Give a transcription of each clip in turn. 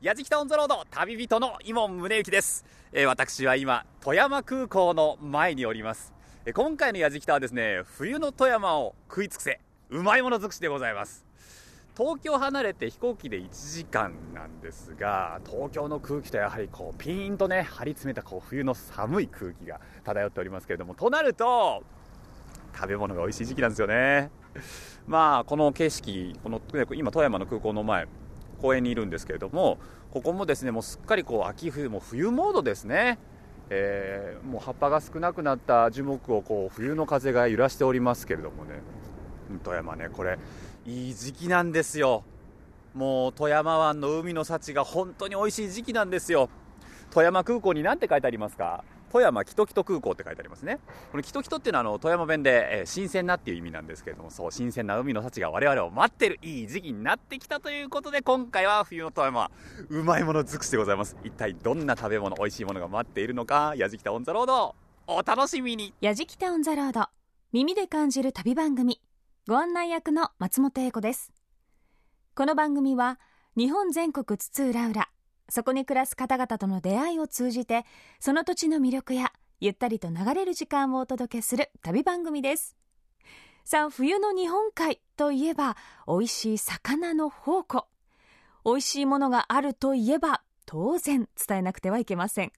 やじきたオンザロード旅人の伊門宗行です、えー私は今富山空港の前におります、えー今回のやじきたはですね冬の富山を食い尽くせうまいもの尽くしでございます東京離れて飛行機で1時間なんですが東京の空気とやはりこうピーンとね張り詰めたこう冬の寒い空気が漂っておりますけれどもとなると食べ物が美味しい時期なんですよねまあこの景色この今富山の空港の前公園にいるんですけれどもここもですねもうすっかりこう秋冬もう冬モードですね、えーもう葉っぱが少なくなった樹木をこう冬の風が揺らしておりますけれどもね富山ねこれいい時期なんですよもう富山湾の海の幸が本当に美味しい時期なんですよ富山空港に何て書いてありますか富山キトキト空港って書いてありますねこのキトキトっていうのはあの富山弁で、えー新鮮なっていう意味なんですけれどもそう新鮮な海の幸が我々を待ってるいい時期になってきたということで今回は冬の富山うまいもの尽くしでございます一体どんな食べ物美味しいものが待っているのかやじきたオンザロードお楽しみにやじきたオンザロード耳で感じる旅番組ご案内役の松本英子ですこの番組は日本全国津々浦々そこに暮らす方々との出会いを通じてその土地の魅力やゆったりと流れる時間をお届けする旅番組ですさあ冬の日本海といえば美味しい魚の宝庫美味しいものがあるといえば当然伝えなくてはいけません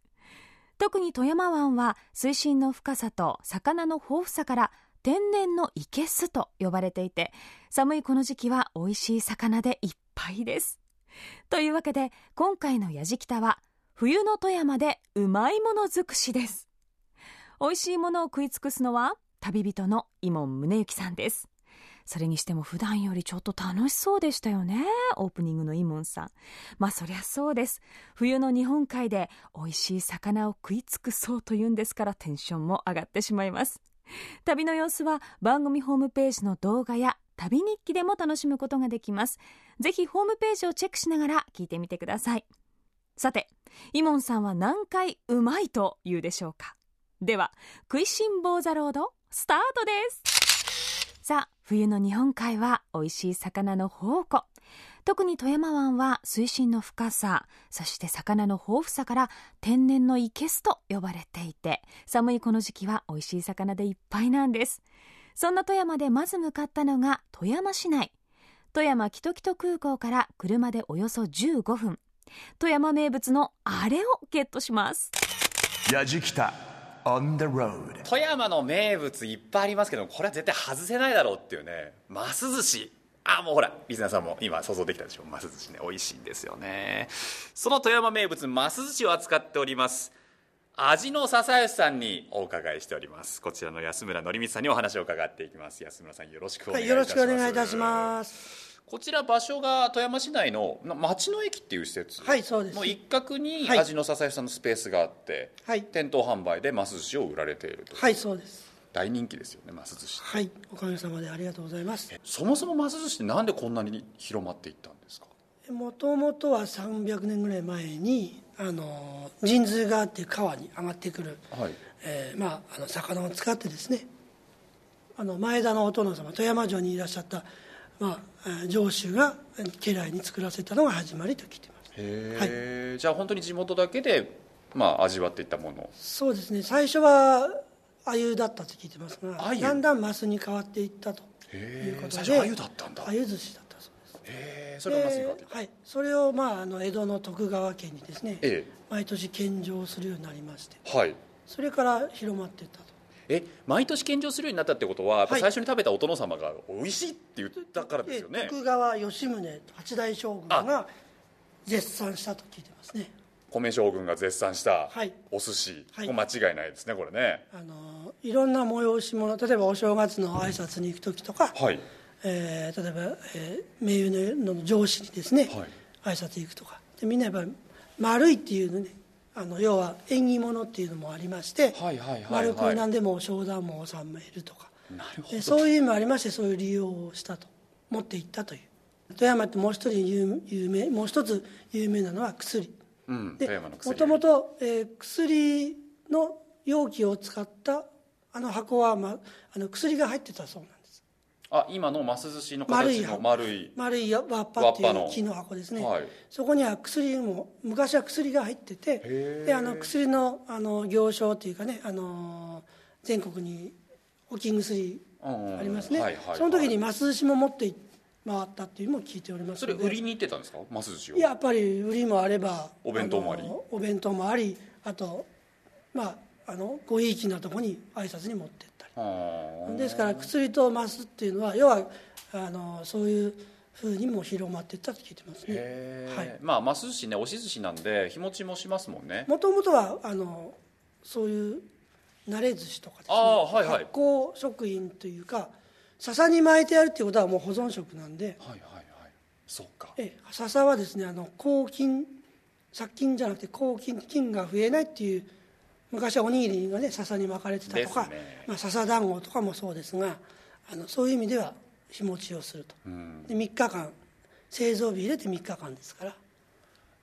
特に富山湾は水深の深さと魚の豊富さから天然の生けすと呼ばれていて寒いこの時期は美味しい魚でいっぱいですというわけで今回の「やじきた」は冬の富山でうまいもの尽くしです美味しいものを食い尽くすのは旅人の伊門宗行さんですそれにしても普段よりちょっと楽しそうでしたよねオープニングのイモンさんまあそりゃそうです冬の日本海で美味しい魚を食い尽くそうというんですからテンションも上がってしまいます旅の様子は番組ホームページの動画や旅日記でも楽しむことができますぜひホームページをチェックしながら聞いてみてくださいさてイモンさんは何回うまいと言うでしょうかでは食いしん坊ザロードスタートですさあ冬の日本海は美味しい魚の宝庫特に富山湾は水深の深さそして魚の豊富さから天然の生けすと呼ばれていて寒いこの時期は美味しい魚でいっぱいなんですそんな富山でまず向かったのが富山市内富山キトキト空港から車でおよそ15分富山名物のあれをゲットしますヤジキタ on the road 富山の名物いっぱいありますけどこれは絶対外せないだろうっていうねます寿司あもうほらリスナーさんも今想像できたでしょます寿司ね美味しいんですよねその富山名物ます寿司を扱っております味の笹吉さんにお伺いしておりますこちらの安村則光さんにお話を伺っていきます安村さんよろしくおは願いい、いたしよます、ろしくお願いいたします。こちら場所が富山市内のな町の駅っていう施設はいそうですの一角にはい味の笹吉さんのスペースがあって、はい店頭販売でます寿司を売られていると、はい、そうです。大人気ですよねます寿司はい、おかげさまでありがとうございます。そもそもます寿司ってなんでこんなに広まっていったんですかもともとは300年ぐらい前に、あの神通川っていう川に上がってくる、はいえーまああの魚を使ってですね、あの前田のお殿様富山城にいらっしゃったまあえー城主がえー家来に作らせたのが始まりと聞いてます。へえ、じゃあ本当に地元だけで、まあ、味わっていったものそうですね。最初は鮎だったと聞いてますが、鮎だんだんマスに変わっていったということ最で、初鮎だったんだへ鮎寿司だったそうです。えそれがますに変わっていっではい、それを、まあ、あの江戸の徳川家にですね、ええ毎年献上するようになりましてたはいそれから広まっていったとえ毎年献上するようになったってことは、やっぱはい最初に食べたお殿様が美味しいって言ったからですよね徳川吉宗八代将軍が絶賛したと聞いてますね米将軍が絶賛したはいお寿司、はいこれ間違いないですねこれねあのいろんな催し物例えばお正月の挨拶に行く時とか、はいえー例えば、えー、名誉の上司にですね、挨拶行くとかでみんなやっぱ丸いっていうのねあの要は縁起物っていうのもありまして、はいはいはいはい丸く何でも商談も収めるとかなるほどでそういう意味もありましてそういう利用をしたと持っていったという富山ってもう一人有有名もう一つ有名なのは薬うんで富山の薬もともと、えー薬の容器を使ったあの箱は、まあ、あの薬が入ってたそうなんですあ今のマス寿司の丸い形の丸い丸いわっぱっていわっぱのう木の箱ですね、はいそこには薬も昔は薬が入っててであの薬のあの行商というかねあの全国に置き薬うんうんありますね、はいはいはいその時にます寿司も持って回ったっていうのも聞いておりますそのれで売りに行ってたんですかマス寿司をやっぱり売りもあればお弁当もありのお弁当もありあとまああのごひいきなとこに挨拶に持ってったりはですから薬とマスっていうのは要はあのそういうふうにも広まっていったと聞いてますねあ、ははいい、まあマス寿司ね押し寿司なんで日持ちもしますもんねもともとはあのそういう慣れ寿司とかですねああはいはい発酵食品というか笹に巻いてやるっていうことはもう保存食なんではいはいはいそうかええ笹はですねあの抗菌殺菌じゃなくて抗菌菌が増えないっていう昔はおにぎりがね笹に巻かれてたとか、ですねまあ、笹団子とかもそうですがあのそういう意味では日持ちをすると、で3日間製造日入れて3日間ですから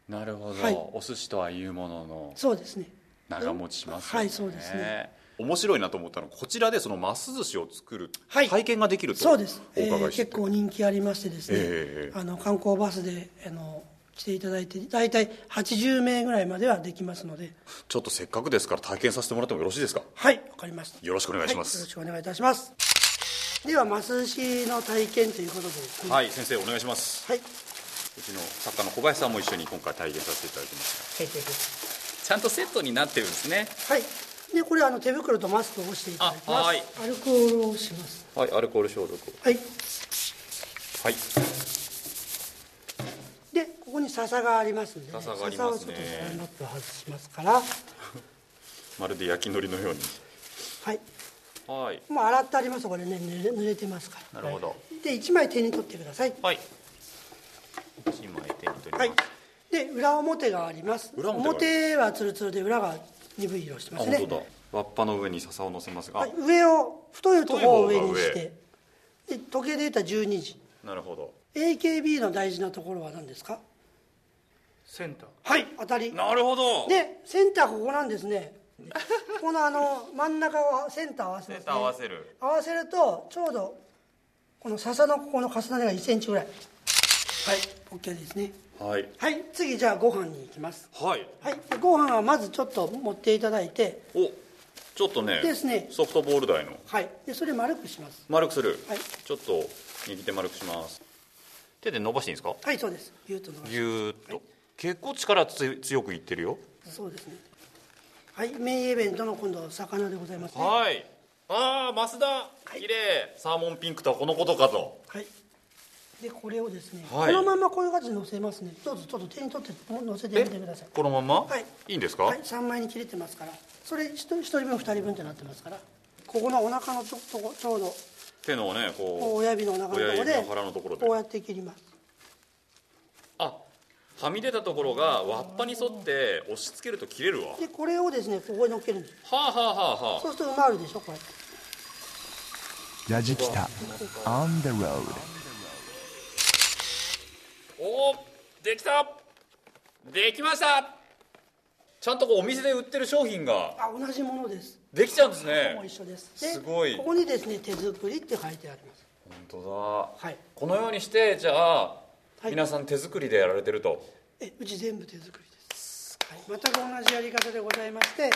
なるほど、はいお寿司とはいうもののそうですね長持ちしますよね、はいそうですね面白いなと思ったのはこちらでそのます寿司を作るはい体験ができるとそうです、おえー伺いして結構人気ありましてですね、ええあの観光バスであの来ていただいて大体80名ぐらいまではできますのでちょっとせっかくですから体験させてもらってもよろしいですかはいわかりましたよろしくお願いしますはよろしくお願いいたしますではます寿司の体験ということでですねはい先生お願いしますはい、うちの作家の小林さんも一緒に今回体験させていただきましたえーちゃんとセットになってるんですねはいでこれあの手袋とマスクをしていただきますあはいアルコールをしますはいアルコール消毒をはいはいでここに笹がありますんで、ね、笹がありますね笹をちょっとこうノット外しますからまるで焼き海苔のようにはいはいもう洗ってありますこれね濡れ濡れてますからなるほどで1枚手に取ってくださいはい一枚手に取ります、はいで裏表があります裏表がある表はツルツルで裏が鈍い色してあますね本当だわっぱの上に笹を乗せますが、はい、上を太いところを太い上方がにし上てで時計で言ったら12時なるほど AKB の大事なところは何ですかセンターはい当たりなるほどでセンターここなんですねこのあの真ん中をセンター合わせます、ね、せる合わせるとちょうどこの笹のここの重なりが1センチぐらいはい OK ですねはいはい次じゃあご飯に行きますはいはいでご飯はまずちょっと持っていただいておちょっとねですねソフトボール台のはいでそれ丸くします丸くする、はいちょっと右手丸くします手で伸ばしていいんですかはいそうですギュッと伸ばしぎゅーっと、結構力つ強くいってるよそうですね。はい、メインイベントの今度は魚でございますね。ははいああ増田い綺麗、サーモンピンクとはこのことかとい。でこれをですね、はいこのままこういう形で乗せますね。どうぞちょっと手に取って乗せてみてください。このまんま、はいいんですか、はい、三枚に切れてますから、それ一人一人分二人分ってなってますから、ここのお腹のちょとこちょうど手のねこうこう親指のお腹のところ親で指の腹のところでこうやって切ります。あはみ出たところが輪っぱに沿って押し付けると切れるわはでこれをですねここに乗っけるんです。あはあはあはあそうすると埋まるでしょこれ。 Yajikita on the road. おおできたできましたちゃんとこうお店で売ってる商品があ同じものです。できちゃうんですねもう一緒です。ですごいここにですね手作りって書いてあります。本当だ、はいこのようにしてじゃあ、はい皆さん手作りでやられてるとえうち全部手作りです、はい、全く同じやり方でございましてで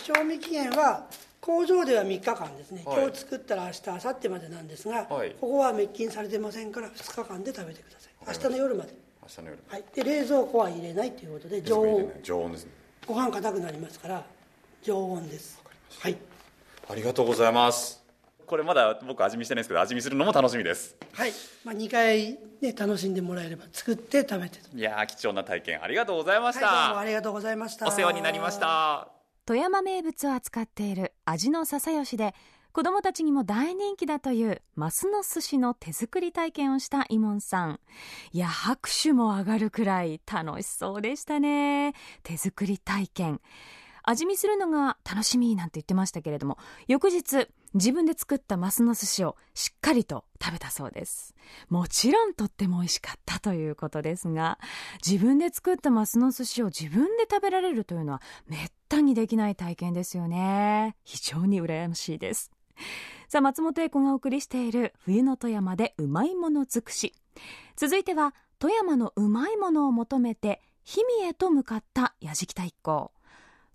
賞味期限は工場では3日間ですね、はい今日作ったら明日明後日までなんですが、はいここは滅菌されてませんから2日間で食べてください明日の夜まで,、明日の夜はい、で冷蔵庫は入れないということで手常作りで温ね常温ですねご飯硬くなりますから常温ですはい、ありがとうございますこれまだ僕味見してないんですけど味見するのも楽しみですはいまあ、2回、ね、楽しんでもらえれば作って食べていやー貴重な体験ありがとうございましはい、どうもた、ありがとうございましたお世話になりました富山名物を扱っている味の笹吉で子どもたちにも大人気だというマスの寿司の手作り体験をしたイモンさんいや拍手も上がるくらい楽しそうでしたね手作り体験味見するのが楽しみなんて言ってましたけれども翌日自分で作ったマスの寿司をしっかりと食べたそうですもちろんとっても美味しかったということですが自分で作ったマスの寿司を自分で食べられるというのはめったにできない体験ですよね非常に羨ましいですさあ松本英子がお送りしている冬の富山でうまいもの尽くし続いては富山のうまいものを求めて氷見へと向かった矢敷太一行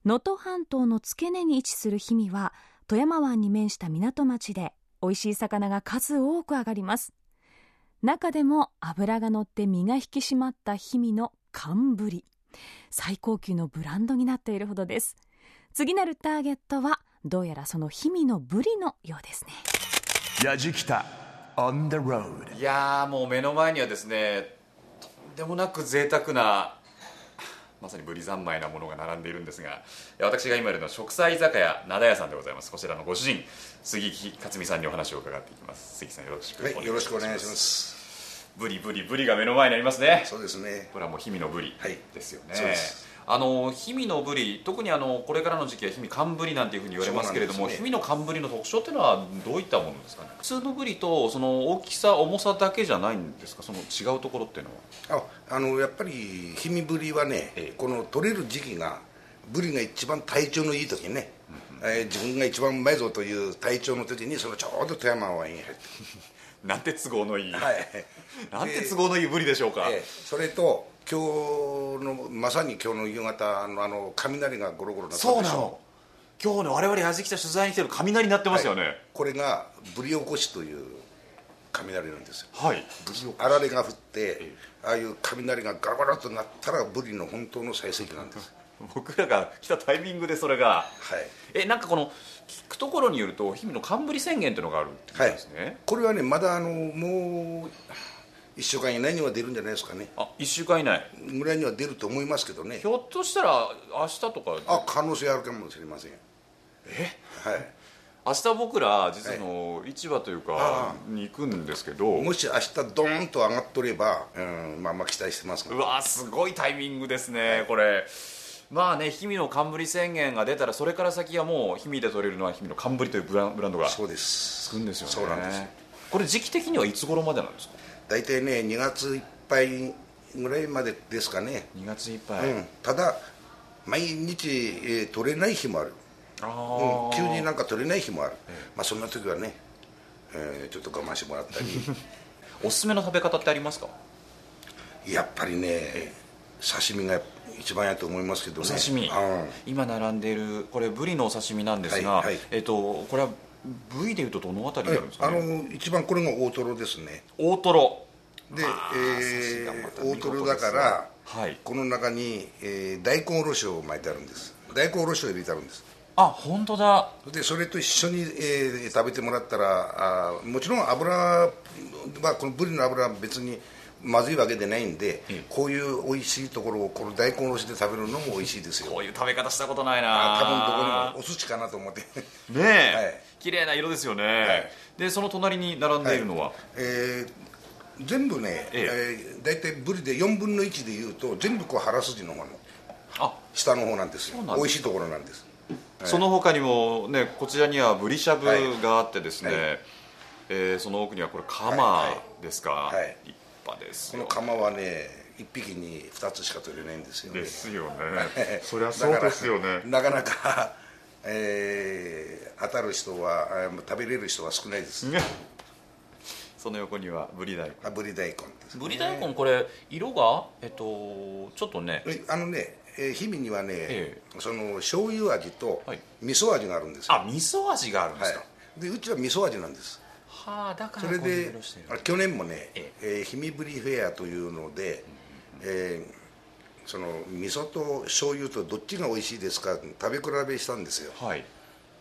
能登半島の付け根に位置する氷見は富山湾に面した港町で美味しい魚が数多く上がります中でも脂が乗って身が引き締まった氷見の寒ぶり最高級のブランドになっているほどです次なるターゲットはどうやらその氷見のブリのようですね Yajikita on the road. いやーもう目の前にはですねとんでもなく贅沢なまさにぶり三昧なものが並んでいるんですがえ私が今いるのは食材居酒屋灘屋さんでございますこちらのご主人杉木克美さんにお話を伺っていきます杉木さんよろしくお願いいたはい、よろしくお願いししまますす。ブリブリブリが目の前にありますねそうですね。これはもう氷見のブリはいですよね、そうですあの氷見のブリ特にあのこれからの時期は氷見寒ブリなんていうふうに言われますけれどそうもなんです氷ね見、の寒ブリの特徴っていうのはどういったものですかね普通のブリとその大きさ重さだけじゃないんですかその違うところっていうのはあ、あのやっぱり氷見ぶりはね、ええこの取れる時期がぶりが一番体調のいい時にね、えー自分が一番うまいぞという体調の時にそのちょうど富山湾に入って、なんて都合のいい、はい、なんて都合のいいブリでしょうか、えーそれと今日のまさに今日の夕方のあの雷がゴロゴロなったでしょそうなの今日ね我々やじきた取材に来てる雷になってますよねこれがぶり起こしという雷なんですよ。はい、あられが降ってああいう雷がガラガラとなったらブリの本当の採石なんです。僕らが来たタイミングでそれがはい。えなんかこの聞くところによると氷見の冠宣言っていうのがあるってことはいですね、これはねまだあのもう1週間以内には出るんじゃないですかねあ1週間以内ぐらいには出ると思いますけどねひょっとしたら明日とかあ可能性あるかもしれませんえはい明日僕ら実はあの市場というかあに行くんですけどもし明日ドーンと上がっとれば、うん、まあまあ期待してますがうわーすごいタイミングですねこれまあね氷見の冠宣言が出たらそれから先はもう氷見で取れるのは氷見の冠というブランブランドがつそうですくんですよねそうなんですよこれ時期的にはいつ頃までなんですか大体ね2月いっぱいぐらいまでですかね、 2月いっぱい、うん、ただ毎日、えー取れない日もある、あうん、ー急になんか取れない日もある、まあそんな時はね、えーちょっと我慢してもらったり おすすめの食べ方ってありますかやっぱりね刺身が一番やと思いますけどおね刺身、うん今並んでいるこれブリのお刺身なんですが、はいはいえっとこれは部位でいうとどのあたりになるんですか、あね、の一番これが大トロですね大トロで、え刺身がまたー見大事トですねロだから、はいこの中に、えー大根おろしを巻いてあるんです大根おろしを入れてあるんですあ本当だでそれと一緒に、えー食べてもらったらあーもちろん油はこのブリの油は別にまずいわけでないんで、こういう美味しいところをこの大根おろしで食べるのも美味しいですこよういう食べ方したことないな多分どこにもお寿司かなと思ってねえ、はい綺麗な色ですよね、いでその隣に並んでいるのは、えー全部ね、ええー大体ブリで4分の1でいうと全部こう腹筋の方のあ下の方なんですよそうなんですか美味しいところなんですその他にもねこちらにはブリしゃぶがあってですね、はいはえーその奥にはこれカはマいはですか、はい立派ですこよの釜はね1匹に2つしか取れないんですよねですよねそりだゃかそうらですよねなかなか、 えー当たる人はあー食べれる人は少ないですその横にはブリ大根あぶり大根ですブリ大根これ色がえっとちょっとねえあのね、えー、氷見にはね、えその醤油味とはい味噌味があるんですよ、あ味噌味があるんではすかい、でうちは味噌味なんですはあだかそられこういうで色してるあ去年もねえ「えー氷見ぶりフェア」というので、えーその味噌と醤油とどっちが美味しいですか食べ比べしたんですよはい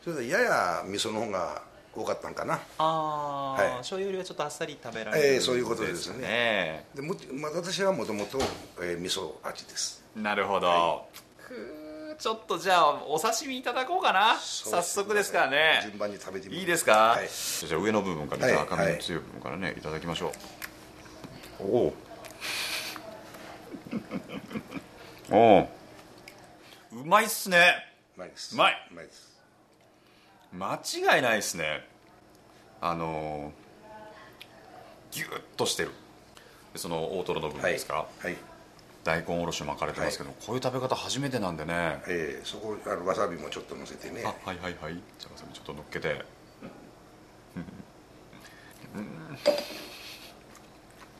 それでやや味噌の方が多かったんかなああ、はい醤油よりはちょっとあっさり食べられるええそういうことですねねでも、まあ、私はもともと味噌味ですなるほど、くーちょっとじゃあお刺身いただこうかなそう早速ですからね順番に食べてみいいですか、はいじゃあ上の部分から、はいじゃあ赤身はのい強い部分からねいただきましょうおお おおうまいっすねうまいですうまいうまいです間違いないっすねあのー、ギュッとしてるでその大トロの部分はいですか、はい、大根おろし巻かれてますけど、こういう食べ方初めてなんでねえーそこあのわさびもちょっと乗せてねあはいはいはいじゃあそれちょっと乗っけて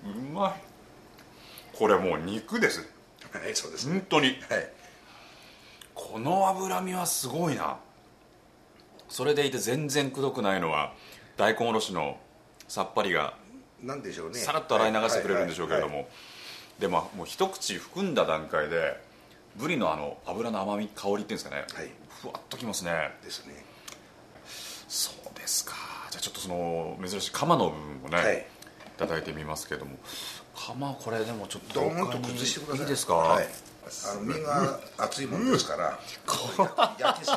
うまいこれもう肉ですはいそうですね、本当にはいこの脂身はすごいなそれでいて全然くどくないのは大根おろしのさっぱりがなんでしょうねさらっと洗い流してくれるんでしょうけれどはいはいもでまあもう一口含んだ段階でブリのあの脂の甘み香りっていうんですかね、はいふわっときますねはいですねそうですかじゃあちょっとその珍しい釜の部分をね、はいい、ただいてみますけれども釜これでもちょっとドーンと崩してくださいいいですか、はい、あの身が熱いものですから焼きすぎ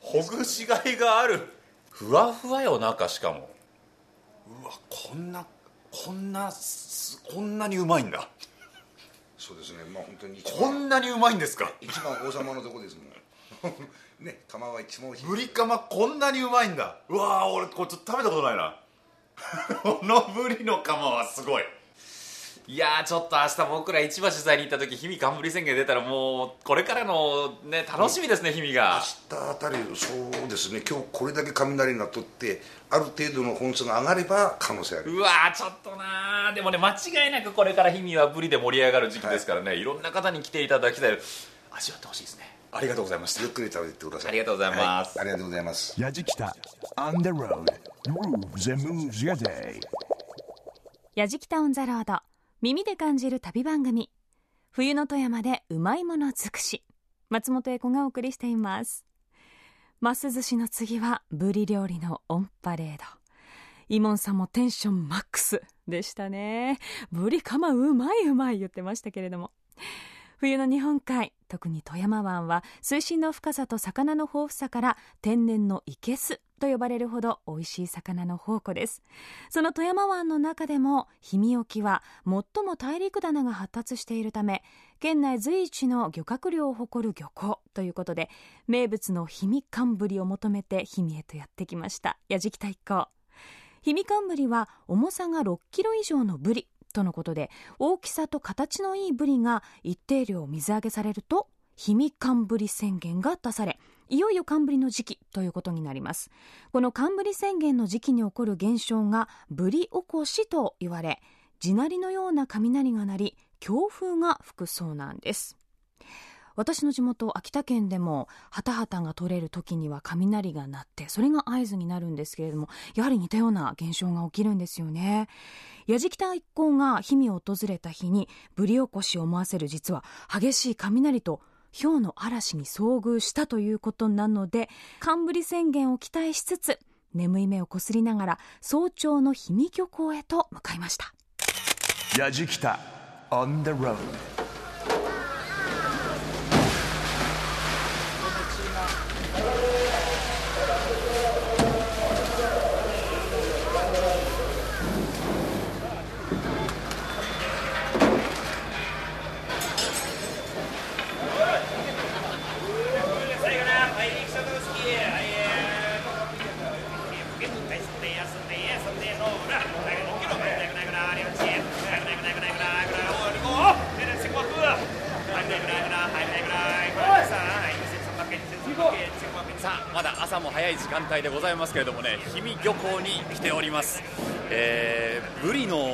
ほぐしがいがあるふわふわよ中しかもうわこんなこんなすこんなにうまいんだそうですねまあ本当に一こ番んなにうまいんですか一番王様のとこですもん ね釜は一番美味しいぶりカマこんなにうまいんだうわー俺これちょっと食べたことない なこのぶりのカマはすごいいやーちょっと明日僕ら市場取材に行った時氷見冠宣言出たらもうこれからのね楽しみですね氷見が明日あたりそうですね今日これだけ雷がとってある程度の本数が上がれば可能性あるうわーちょっとなーでもね間違いなくこれから氷見はブリで盛り上がる時期ですからね、い、ろんな方に来ていただきたい味わってほしいですねありがとうございましゆっくり食べてってくださいありがとうございますはありがとうございます Yajikita on the road. Grooves and moves your day. やじきたオンザロード耳で感じる旅番組冬の富山でうまいもの尽くし松本英子がお送りしていますます寿司の次はブリ料理のオンパレードイモンさんもテンションマックスでしたねブリカマうまいうまい言ってましたけれども冬の日本海特に富山湾は水深の深さと魚の豊富さから天然の生けすと呼ばれるほど美味しい魚の宝庫ですその富山湾の中でも氷見沖は最も大陸棚が発達しているため県内随一の漁獲量を誇る漁港ということで名物の氷見寒ぶりを求めて氷見へとやってきました矢敷太一行氷見寒ぶりは重さが6キロ以上のブリとのことで大きさと形のいいブリが一定量水揚げされると氷見寒ぶり宣言が出されいよいよ寒ぶりの時期ということになりますこの寒ぶり宣言の時期に起こる現象がブリ起こしと言われ地鳴りのような雷が鳴り強風が吹くそうなんです私の地元秋田県でもハタハタが取れる時には雷が鳴ってそれが合図になるんですけれどもやはり似たような現象が起きるんですよね矢敷太一行が氷見を訪れた日にブリ起こしを思わせる実は激しい雷と氷の嵐に遭遇したということなので寒ぶり宣言を期待しつつ眠い目をこすりながら早朝の氷見漁港へと向かいました Yajikita on the road. さあまだ朝も早い時間帯でございますけれどもね氷見漁港に来ております、えー、ブリの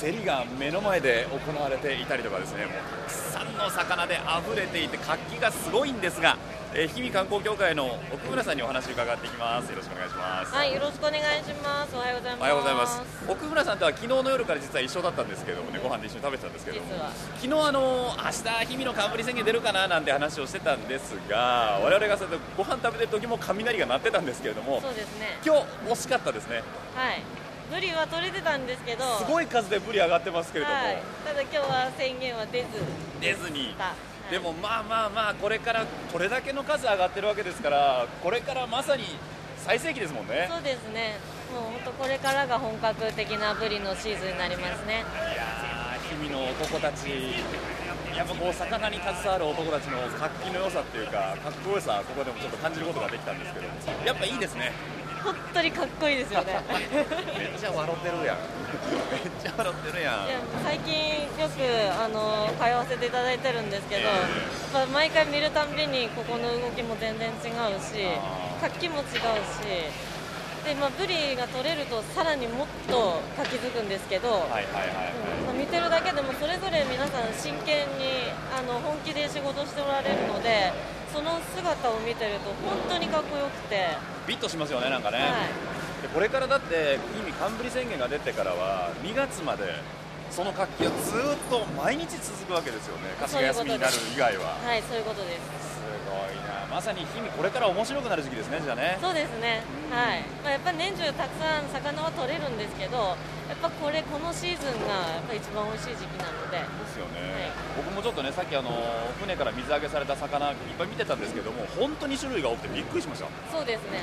競りが目の前で行われていたりとかですねもうたくさんの魚で溢れていて活気がすごいんですが、えー、氷見観光協会の奥村さんにお話伺っていきますよろしくお願いします、はい、よろしくお願いします。おはようございます。おはようございます奥村さんとは昨日の夜から実は一緒だったんですけどもねご飯で一緒に食べてたんですけども実は昨日あの明日氷見の冠宣言出るかななんて話をしてたんですが我々がそれでご飯食べてる時も雷が鳴ってたんですけれどもそうですね。今日惜しかったですねはい。ブリは取れてたんですけど。すごい数でブリ上がってますけれども、はい。ただ今日は宣言は出ず出ずにだ。はいでもまあまあまあこれからこれだけの数上がってるわけですからこれからまさに最盛期ですもんねそうですね。もう本当これからが本格的なブリのシーズンになりますね。いやー氷見の男たちやっぱこう魚に携わる男たちの活気の良さっていうかかっこよさここでもちょっと感じることができたんですけどやっぱいいですね本当にかっこいいですよ ね。めっちゃ笑ってるやんめっちゃ笑ってるやんいや最近よくあの通わせていただいてるんですけど、えまあ毎回見るたんびにここの動きも全然違うし活気も違うしで、まあ、ブリが取れるとさらにもっと活気づくんですけど、はいはいはいはいうん見てるだけでもそれぞれ皆さん真剣にあの本気で仕事しておられるのでその姿を見てると本当にかっこよくて、ビッとしますよねなんかね、はいでこれからだって意味冠宣言が出てからは2月までその活気がずっと毎日続くわけですよねそう柏いうこ休とみになる以外ははい、そういうことですすごいなまさに日々これから面白くなる時期ですねじゃあねそうですね、はいまあ、やっぱ年中たくさん魚は取れるんですけどやっぱこれこのシーズンがやっぱ一番美味しい時期なのでですよね、い僕もちょっとねさっきあの船から水揚げされた魚いっぱい見てたんですけども本当に種類が多くてびっくりしましたそうですね、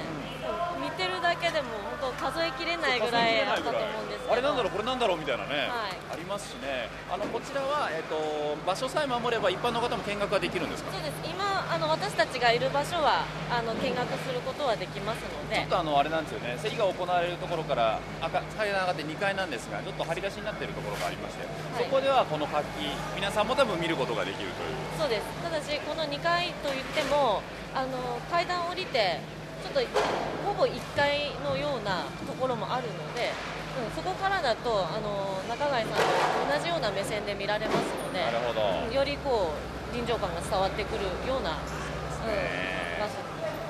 見てるだけでも本当数えきれないぐらいあったと思うんですけどあれなんだろうこれなんだろうみたいなね、はいありますしねあのこちらは、えっと場所さえ守れば一般の方も見学ができるんですかそうです今あの私たちがいる場所はあの見学することはできますのちょでっとあのあれなんですよね、競りが行われるところから赤階段上がって2階なんですが、ちょっと張り出しになっているところがありまして、いそこではこの活気、皆さんも多分見ることができるという、そうですただしこの2階といってもあの階段降りてちょっとほぼ1階のようなところもあるので、うん、そこからだとあの中貝さんと同じような目線で見られますのでなるほど、うんよりこう臨場感が伝わってくるような、うん、場所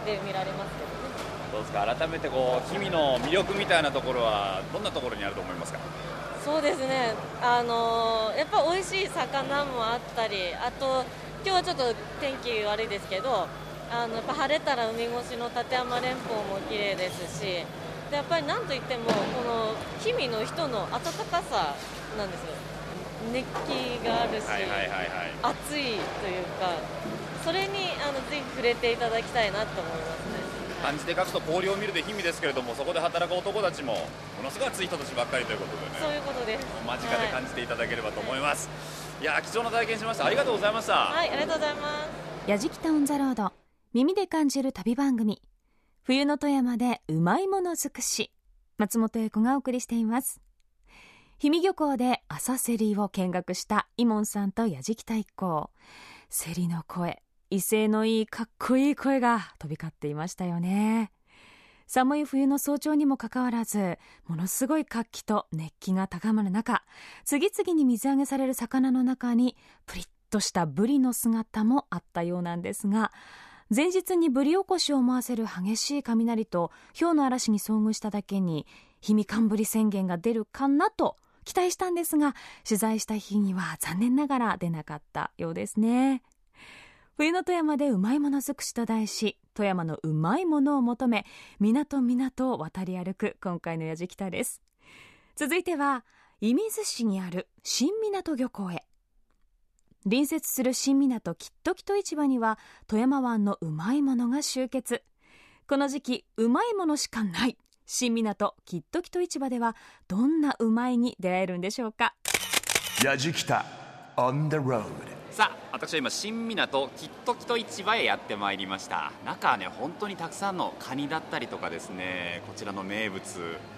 で見られますけどねどうですか、改めてこう、氷見の魅力みたいなところは、どんなところにあると思いますか、そうですね、あのーやっぱ美味しい魚もあったり、あと今日はちょっと天気悪いですけど、あのやっぱ晴れたら海越しの立山連峰も綺麗ですし、でやっぱりなんといっても、この氷見の人の温かさなんですよ、熱気があるし、はいはいはいはい、暑いというか、それにあのぜひ触れていただきたいなと思いますね。漢字で書くと氷を見るで氷見ですけれども、そこで働く男たちも、ものすごい熱い人たちばっかりということでそうね、いうことです。間近ではい感じていただければと思います。いやー貴重な体験しました。ありがとうございました。はい、ありがとうございます。やじきたオンザロード耳で感じる旅番組冬の富山でうまいもの尽くし松本英子がお送りしています氷見漁港で朝セリを見学したイモンさんとやじきた一行セリの声威勢のいいかっこいい声が飛び交っていましたよね寒い冬の早朝にもかかわらずものすごい活気と熱気が高まる中次々に水揚げされる魚の中にプリッとしたブリの姿もあったようなんですが前日にブリ起こしを思わせる激しい雷と氷の嵐に遭遇しただけに氷見寒ブリ宣言が出るかなと期待したんですが取材した日には残念ながら出なかったようですね冬の富山でうまいもの尽くしと題し富山のうまいものを求め港港を渡り歩く今回のやじきたです続いては射水市にある新港漁港へ隣接する新港きっときと市場には富山湾のうまいものが集結この時期うまいものしかない新港きっときと市場ではどんなうまいに出会えるんでしょうか Yajikita on the road. さあ私は今新港きっときと市場へやってまいりました中はね本当にたくさんのカニだったりとかですねこちらの名物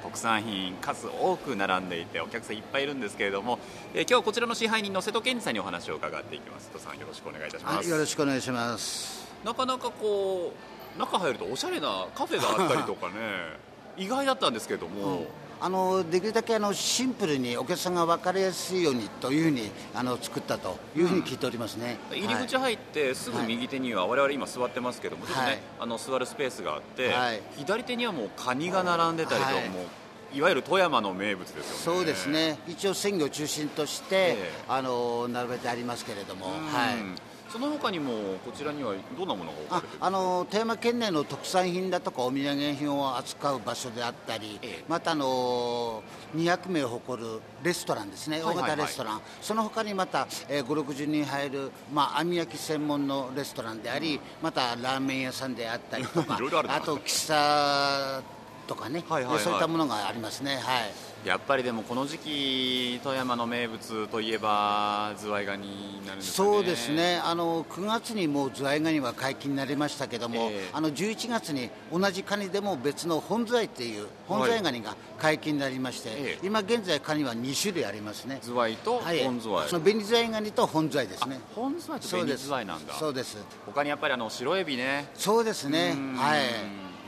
特産品数多く並んでいてお客さんいっぱいいるんですけれども、えー今日はこちらの支配人の瀬戸健二さんにお話を伺っていきます瀬戸さんよろしくお願いいたしまはい、す、よろしくお願いします。なかなかこう中入るとおしゃれなカフェがあったりとか ね意外だったんですけれども、あのできるだけあのシンプルにお客さんが分かりやすいようにというふうにあの作ったというふうに聞いておりますね。入り口はい入ってすぐ右手には我々今座ってますけども、ちょっとね、はいあの座るスペースがあって、はい左手にはもうカニが並んでたりと、はいもういわゆる富山の名物ですよねそうですね。一応鮮魚を中心として、ええあの並べてありますけれども、うんはい。その他にもこちらにはどんなものが置かあれてるあの富山県内の特産品だとかお土産品を扱う場所であったり、ええまたあの200名を誇るレストランですはね、いはいはい大型レストラン、その他にまた、えー、5、60人入る、まあ、網焼き専門のレストランであり、またラーメン屋さんであったりとか、 いろいろあるなと喫茶とかね、はいはいはいそういったものがありますね。はいやっぱりでもこの時期富山の名物といえばズワイガニになるんですかねそうですねあの9月にもうズワイガニは解禁になりましたけども、ええあの11月に同じカニでも別の本ズワイっていう本ズワイガニが解禁になりまして、ええ今現在カニは2種類ありますねズワイとはい本ズワイ、その紅ズワイガニと本ズワイですね本ズワイと紅ズワイなんだそうです他にやっぱりあの白エビねそうですねはいうん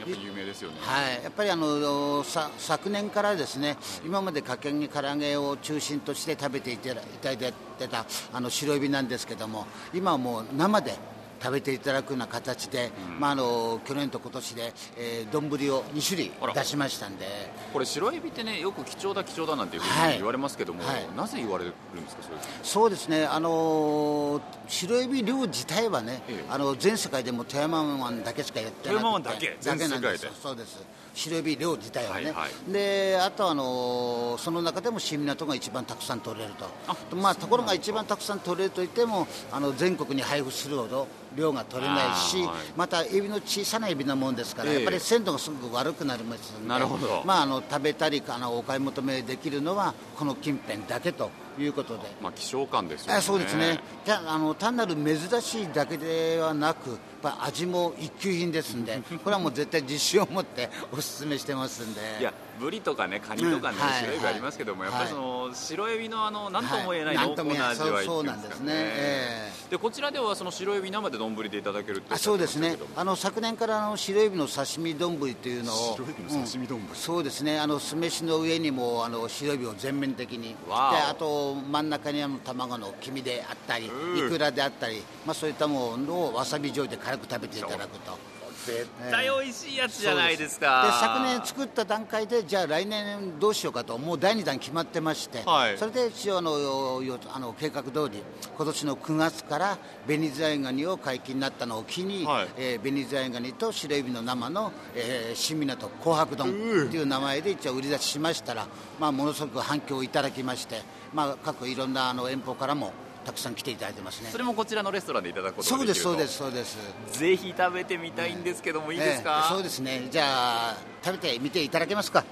やっぱ有名ですよねはい、やっぱりあのさ昨年からですね、今までかけに唐揚げを中心として食べていただいただいてたあの白エビなんですけども今はもう生で食べていただくような形で、まあ、あの去年と今年で、えー、丼を2種類あら出しましたんでこれ白エビってねよく貴重だ貴重だなんていうふうはにい言われますけども、はいなぜ言われるんですかそういうそうですね、あのー白エビ漁自体はね、ええあの全世界でも富山湾だけしかやってなくて富山湾だけ全世界でなんですよそうです白エビ漁自体はね、はいはであとはあのーその中でも新港が一番たくさん取れるとまあ、ところが一番たくさん取れるといってもあの全国に配布するほど量が取れないし、あーはいまたエビの小さなエビなもんですから、ええやっぱり鮮度がすごく悪くなりますのでなるほどまあ、あの食べたりあのお買い求めできるのはこの近辺だけということで。まあ希少感ですよねあそうですねたあの単なる珍しいだけではなくやっぱ味も一級品ですんで これはもう絶対自信を持って お勧めしてますんでいやブリとかねカニとかね、うんはい白エビありますけども、やっぱりその白エビのあの何とも言えないは濃厚な味わいっていそうそううんでなすんでかすねね、ええでこちらではその白エビ生で丼でいただけるっておあっしゃそっうてでましたすけねどもあの昨年からあの白エビの刺身丼というのを白エビの刺身丼うんそうですねあの酢飯の上にもあの白エビを全面的にでわおあと真ん中にあの卵の黄身であったりうんいくらであったり、まあ、そういったものをわさび醤油で軽く食べていただくと。絶対美味しいやつじゃないですでか昨年作った段階でじゃあ来年どうしようかともう第2弾決まってまして、はいそれで一応あのよよあの計画通り今年の9月から紅ズワイガニを解禁になったのを機に、はいえー紅ズワイガニと白エビの生の、えー、新港紅白丼っていう名前で一応売り出ししましたら、まあ、ものすごく反響をいただきまして、まあ、各いろんなあの遠方からもたくさん来ていただいてますねそれもこちらのレストランでいただくことがそうできでるすとそうですそうですぜひ食べてみたいんですけども、いいですかえ、えそうですねじゃあ食べてみていただけますか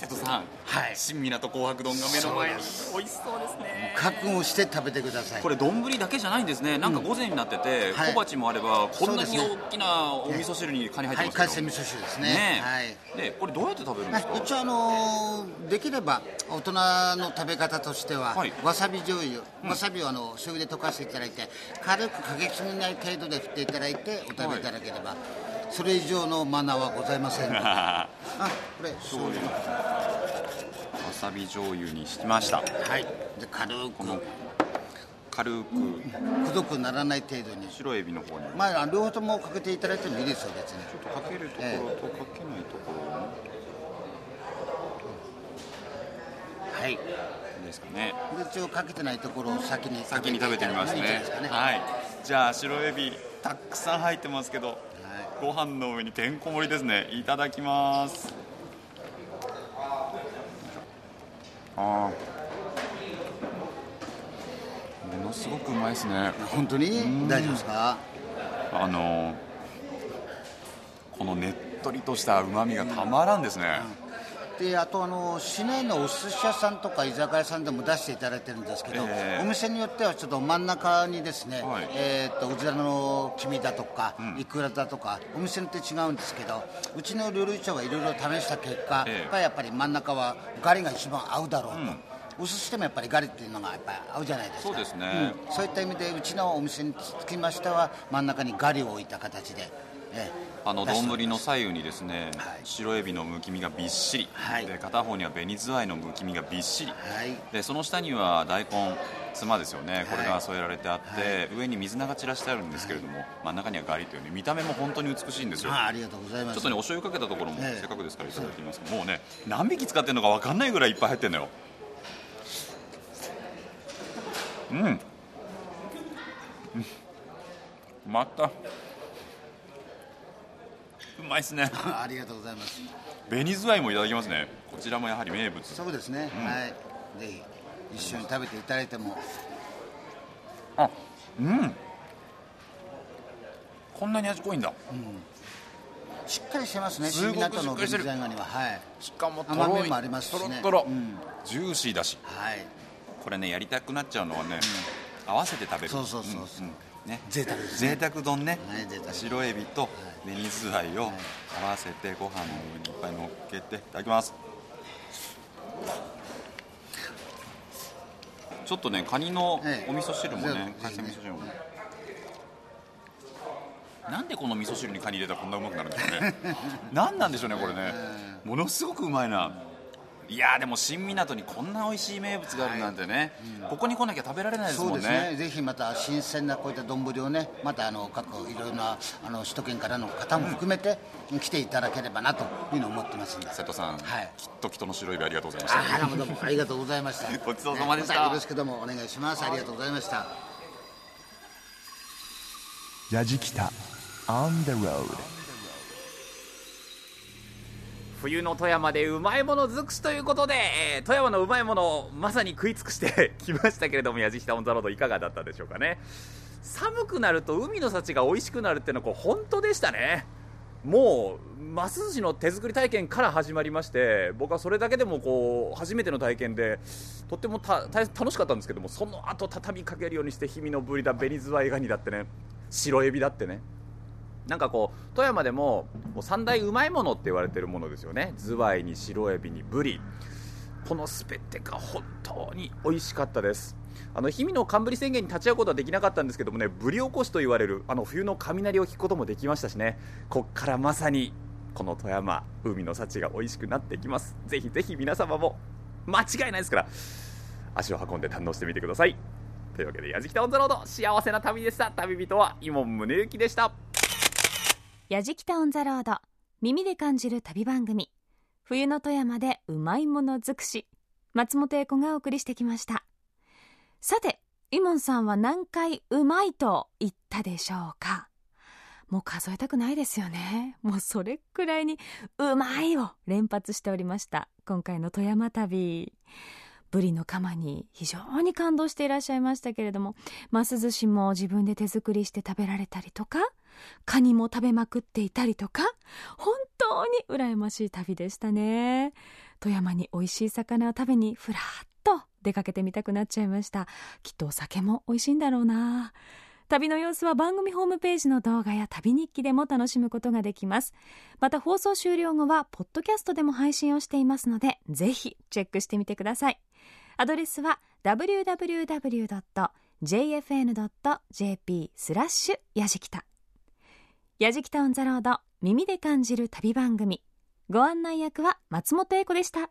瀬戸さん、はい、新港紅白丼が目の前に美味しそうですね覚悟して食べてくださいこれ丼だけじゃないんですねなんか午前になってて、はい小鉢もあればこんなにそうです大ねきなお味噌汁にカニ入っはていますけ海鮮ど味噌汁ですねねはいえ、でこれどうやって食べるんまですかあ一応あのーできれば大人の食べ方としては、はいわさび醤油、わさびをあの醤油で溶かしていただいて軽くかけすぎない程度で振っていただいてお食べいただければ、それ以上のマナーはございま せんあわこれ醤油さび醤油にしましたはいで軽くこの軽くくどくならない程度に白エビの方にちまあ両方ともかけていただいてもいいですよ別にょっとかけるところとかけないところはいですかねで一応かけてないところを先に先に食べてみますいいんじゃなねいですかねはいじゃあ白エビたくさん入ってますけど、いご飯の上にてんこ盛りですねいただきますあーものすごくうまいですね本当に大丈夫ですかあのーこのねっとりとした旨味がたまらんですね、であとあの市内のお寿司屋さんとか居酒屋さんでも出していただいてるんですけど、ええお店によってはちょっと真ん中にですね、はいえー、とうずらの黄身だとか、いくらだとかお店によって違うんですけどうちの料理長がいろいろ試した結果、ええやっぱりやっぱり真ん中はガリが一番合うだろうと。お寿司でもやっぱりガリっていうのがやっぱり合うじゃないですかそうですねうんそういった意味でうちのお店につきましては真ん中にガリを置いた形で、ええあの出しており丼ますの左右にですね、はい白エビのむき身がびっしり、はいで片方には紅ズワイのむき身がびっしり、はいでその下には大根つまですよねこれが添えられてあって、は上に水菜が散らしてあるんですけれども、真ん中にはガリというね見た目も本当に美しいんですよあありがとうございますちょっとねお醤油かけたところもええせっかくですからいただいてみますけどもうね何匹使ってるのか分かんないぐらいいっぱい入ってるのようんうんまたうまいですねあありがとうございます紅ズワイもいただきますねこちらもやはり名物そうですね、はいぜひ一緒に食べていただいてもあうんこんなに味濃いんだしっかりしてますねすごく新港のしっかりしてるザイガニははいしかもとろい甘みもありますしとろねとろうんジューシーだしはいこれねやりたくなっちゃうのはね、合わせて食べるそうそうそうそうんんね贅沢です贅ね沢丼ね、はい贅沢白エビと紅ズワイを合わせてご飯の上にいっぱい乗っけていただきますちょっとねカニのおええ味噌汁もね、ぜひ海鮮味噌汁もねなんでこの味噌汁にカニ入れたらこんなうまくなるんでしょう ねなんなんでしょうねこれねものすごくうまいないやーでも新港にこんな美味しい名物があるなんてね、ここに来なきゃ食べられないですそうもんですねねぜひまた新鮮なこういった丼をねまたあの各いろいろなあの首都圏からの方も含めて来ていただければなというのを思ってますんで瀬戸さん、はいきっときっとの白い部ありがとうございましたああどうもありがとうございましたごちそうさまでしたねまよろしくどうもお願いしますありがとうございましたヤジキタ on the road 冬の富山でうまいもの尽くしということで、えー富山のうまいものをまさに食い尽くして きましたけれども矢じきたオン・ザ・ロードいかがだったでしょうかね寒くなると海の幸が美味しくなるってのはこう本当でしたねもうます寿司の手作り体験から始まりまして僕はそれだけでもこう初めての体験でとってもたた楽しかったんですけどもその後畳みかけるようにして氷見のブリだベニズワイガニだってね白エビだってねなんかこう富山でももう三大うまいものって言われてるものですよねズワイに白エビにブリこの全てが本当に美味しかったですあの氷見の冠宣言に立ち会うことはできなかったんですけどもねブリ起こしと言われるあの冬の雷を聞くこともできましたしねこっからまさにこの富山海の幸が美味しくなってきますぜひぜひ皆様も間違いないですから足を運んで堪能してみてくださいというわけで「やじきたオン・ザ・ロード」幸せな旅でした旅人は伊門宗行でしたやじきたオンザロード耳で感じる旅番組冬の富山でうまいもの尽くし松本英子がお送りしてきましたさてイモンさんは何回うまいと言ったでしょうかもう数えたくないですよねもうそれくらいにうまいを連発しておりました今回の富山旅ブリの釜に非常に感動していらっしゃいましたけれどもます寿司も自分で手作りして食べられたりとかカニも食べまくっていたりとか本当に羨ましい旅でしたね富山に美味しい魚を食べにふらっと出かけてみたくなっちゃいましたきっとお酒も美味しいんだろうな旅の様子は番組ホームページの動画や旅日記でも楽しむことができますまた放送終了後はポッドキャストでも配信をしていますのでぜひチェックしてみてくださいアドレスは www.jfn.jp スラッシュやじきたやじきたオンザロード耳で感じる旅番組ご案内役は松本英子でした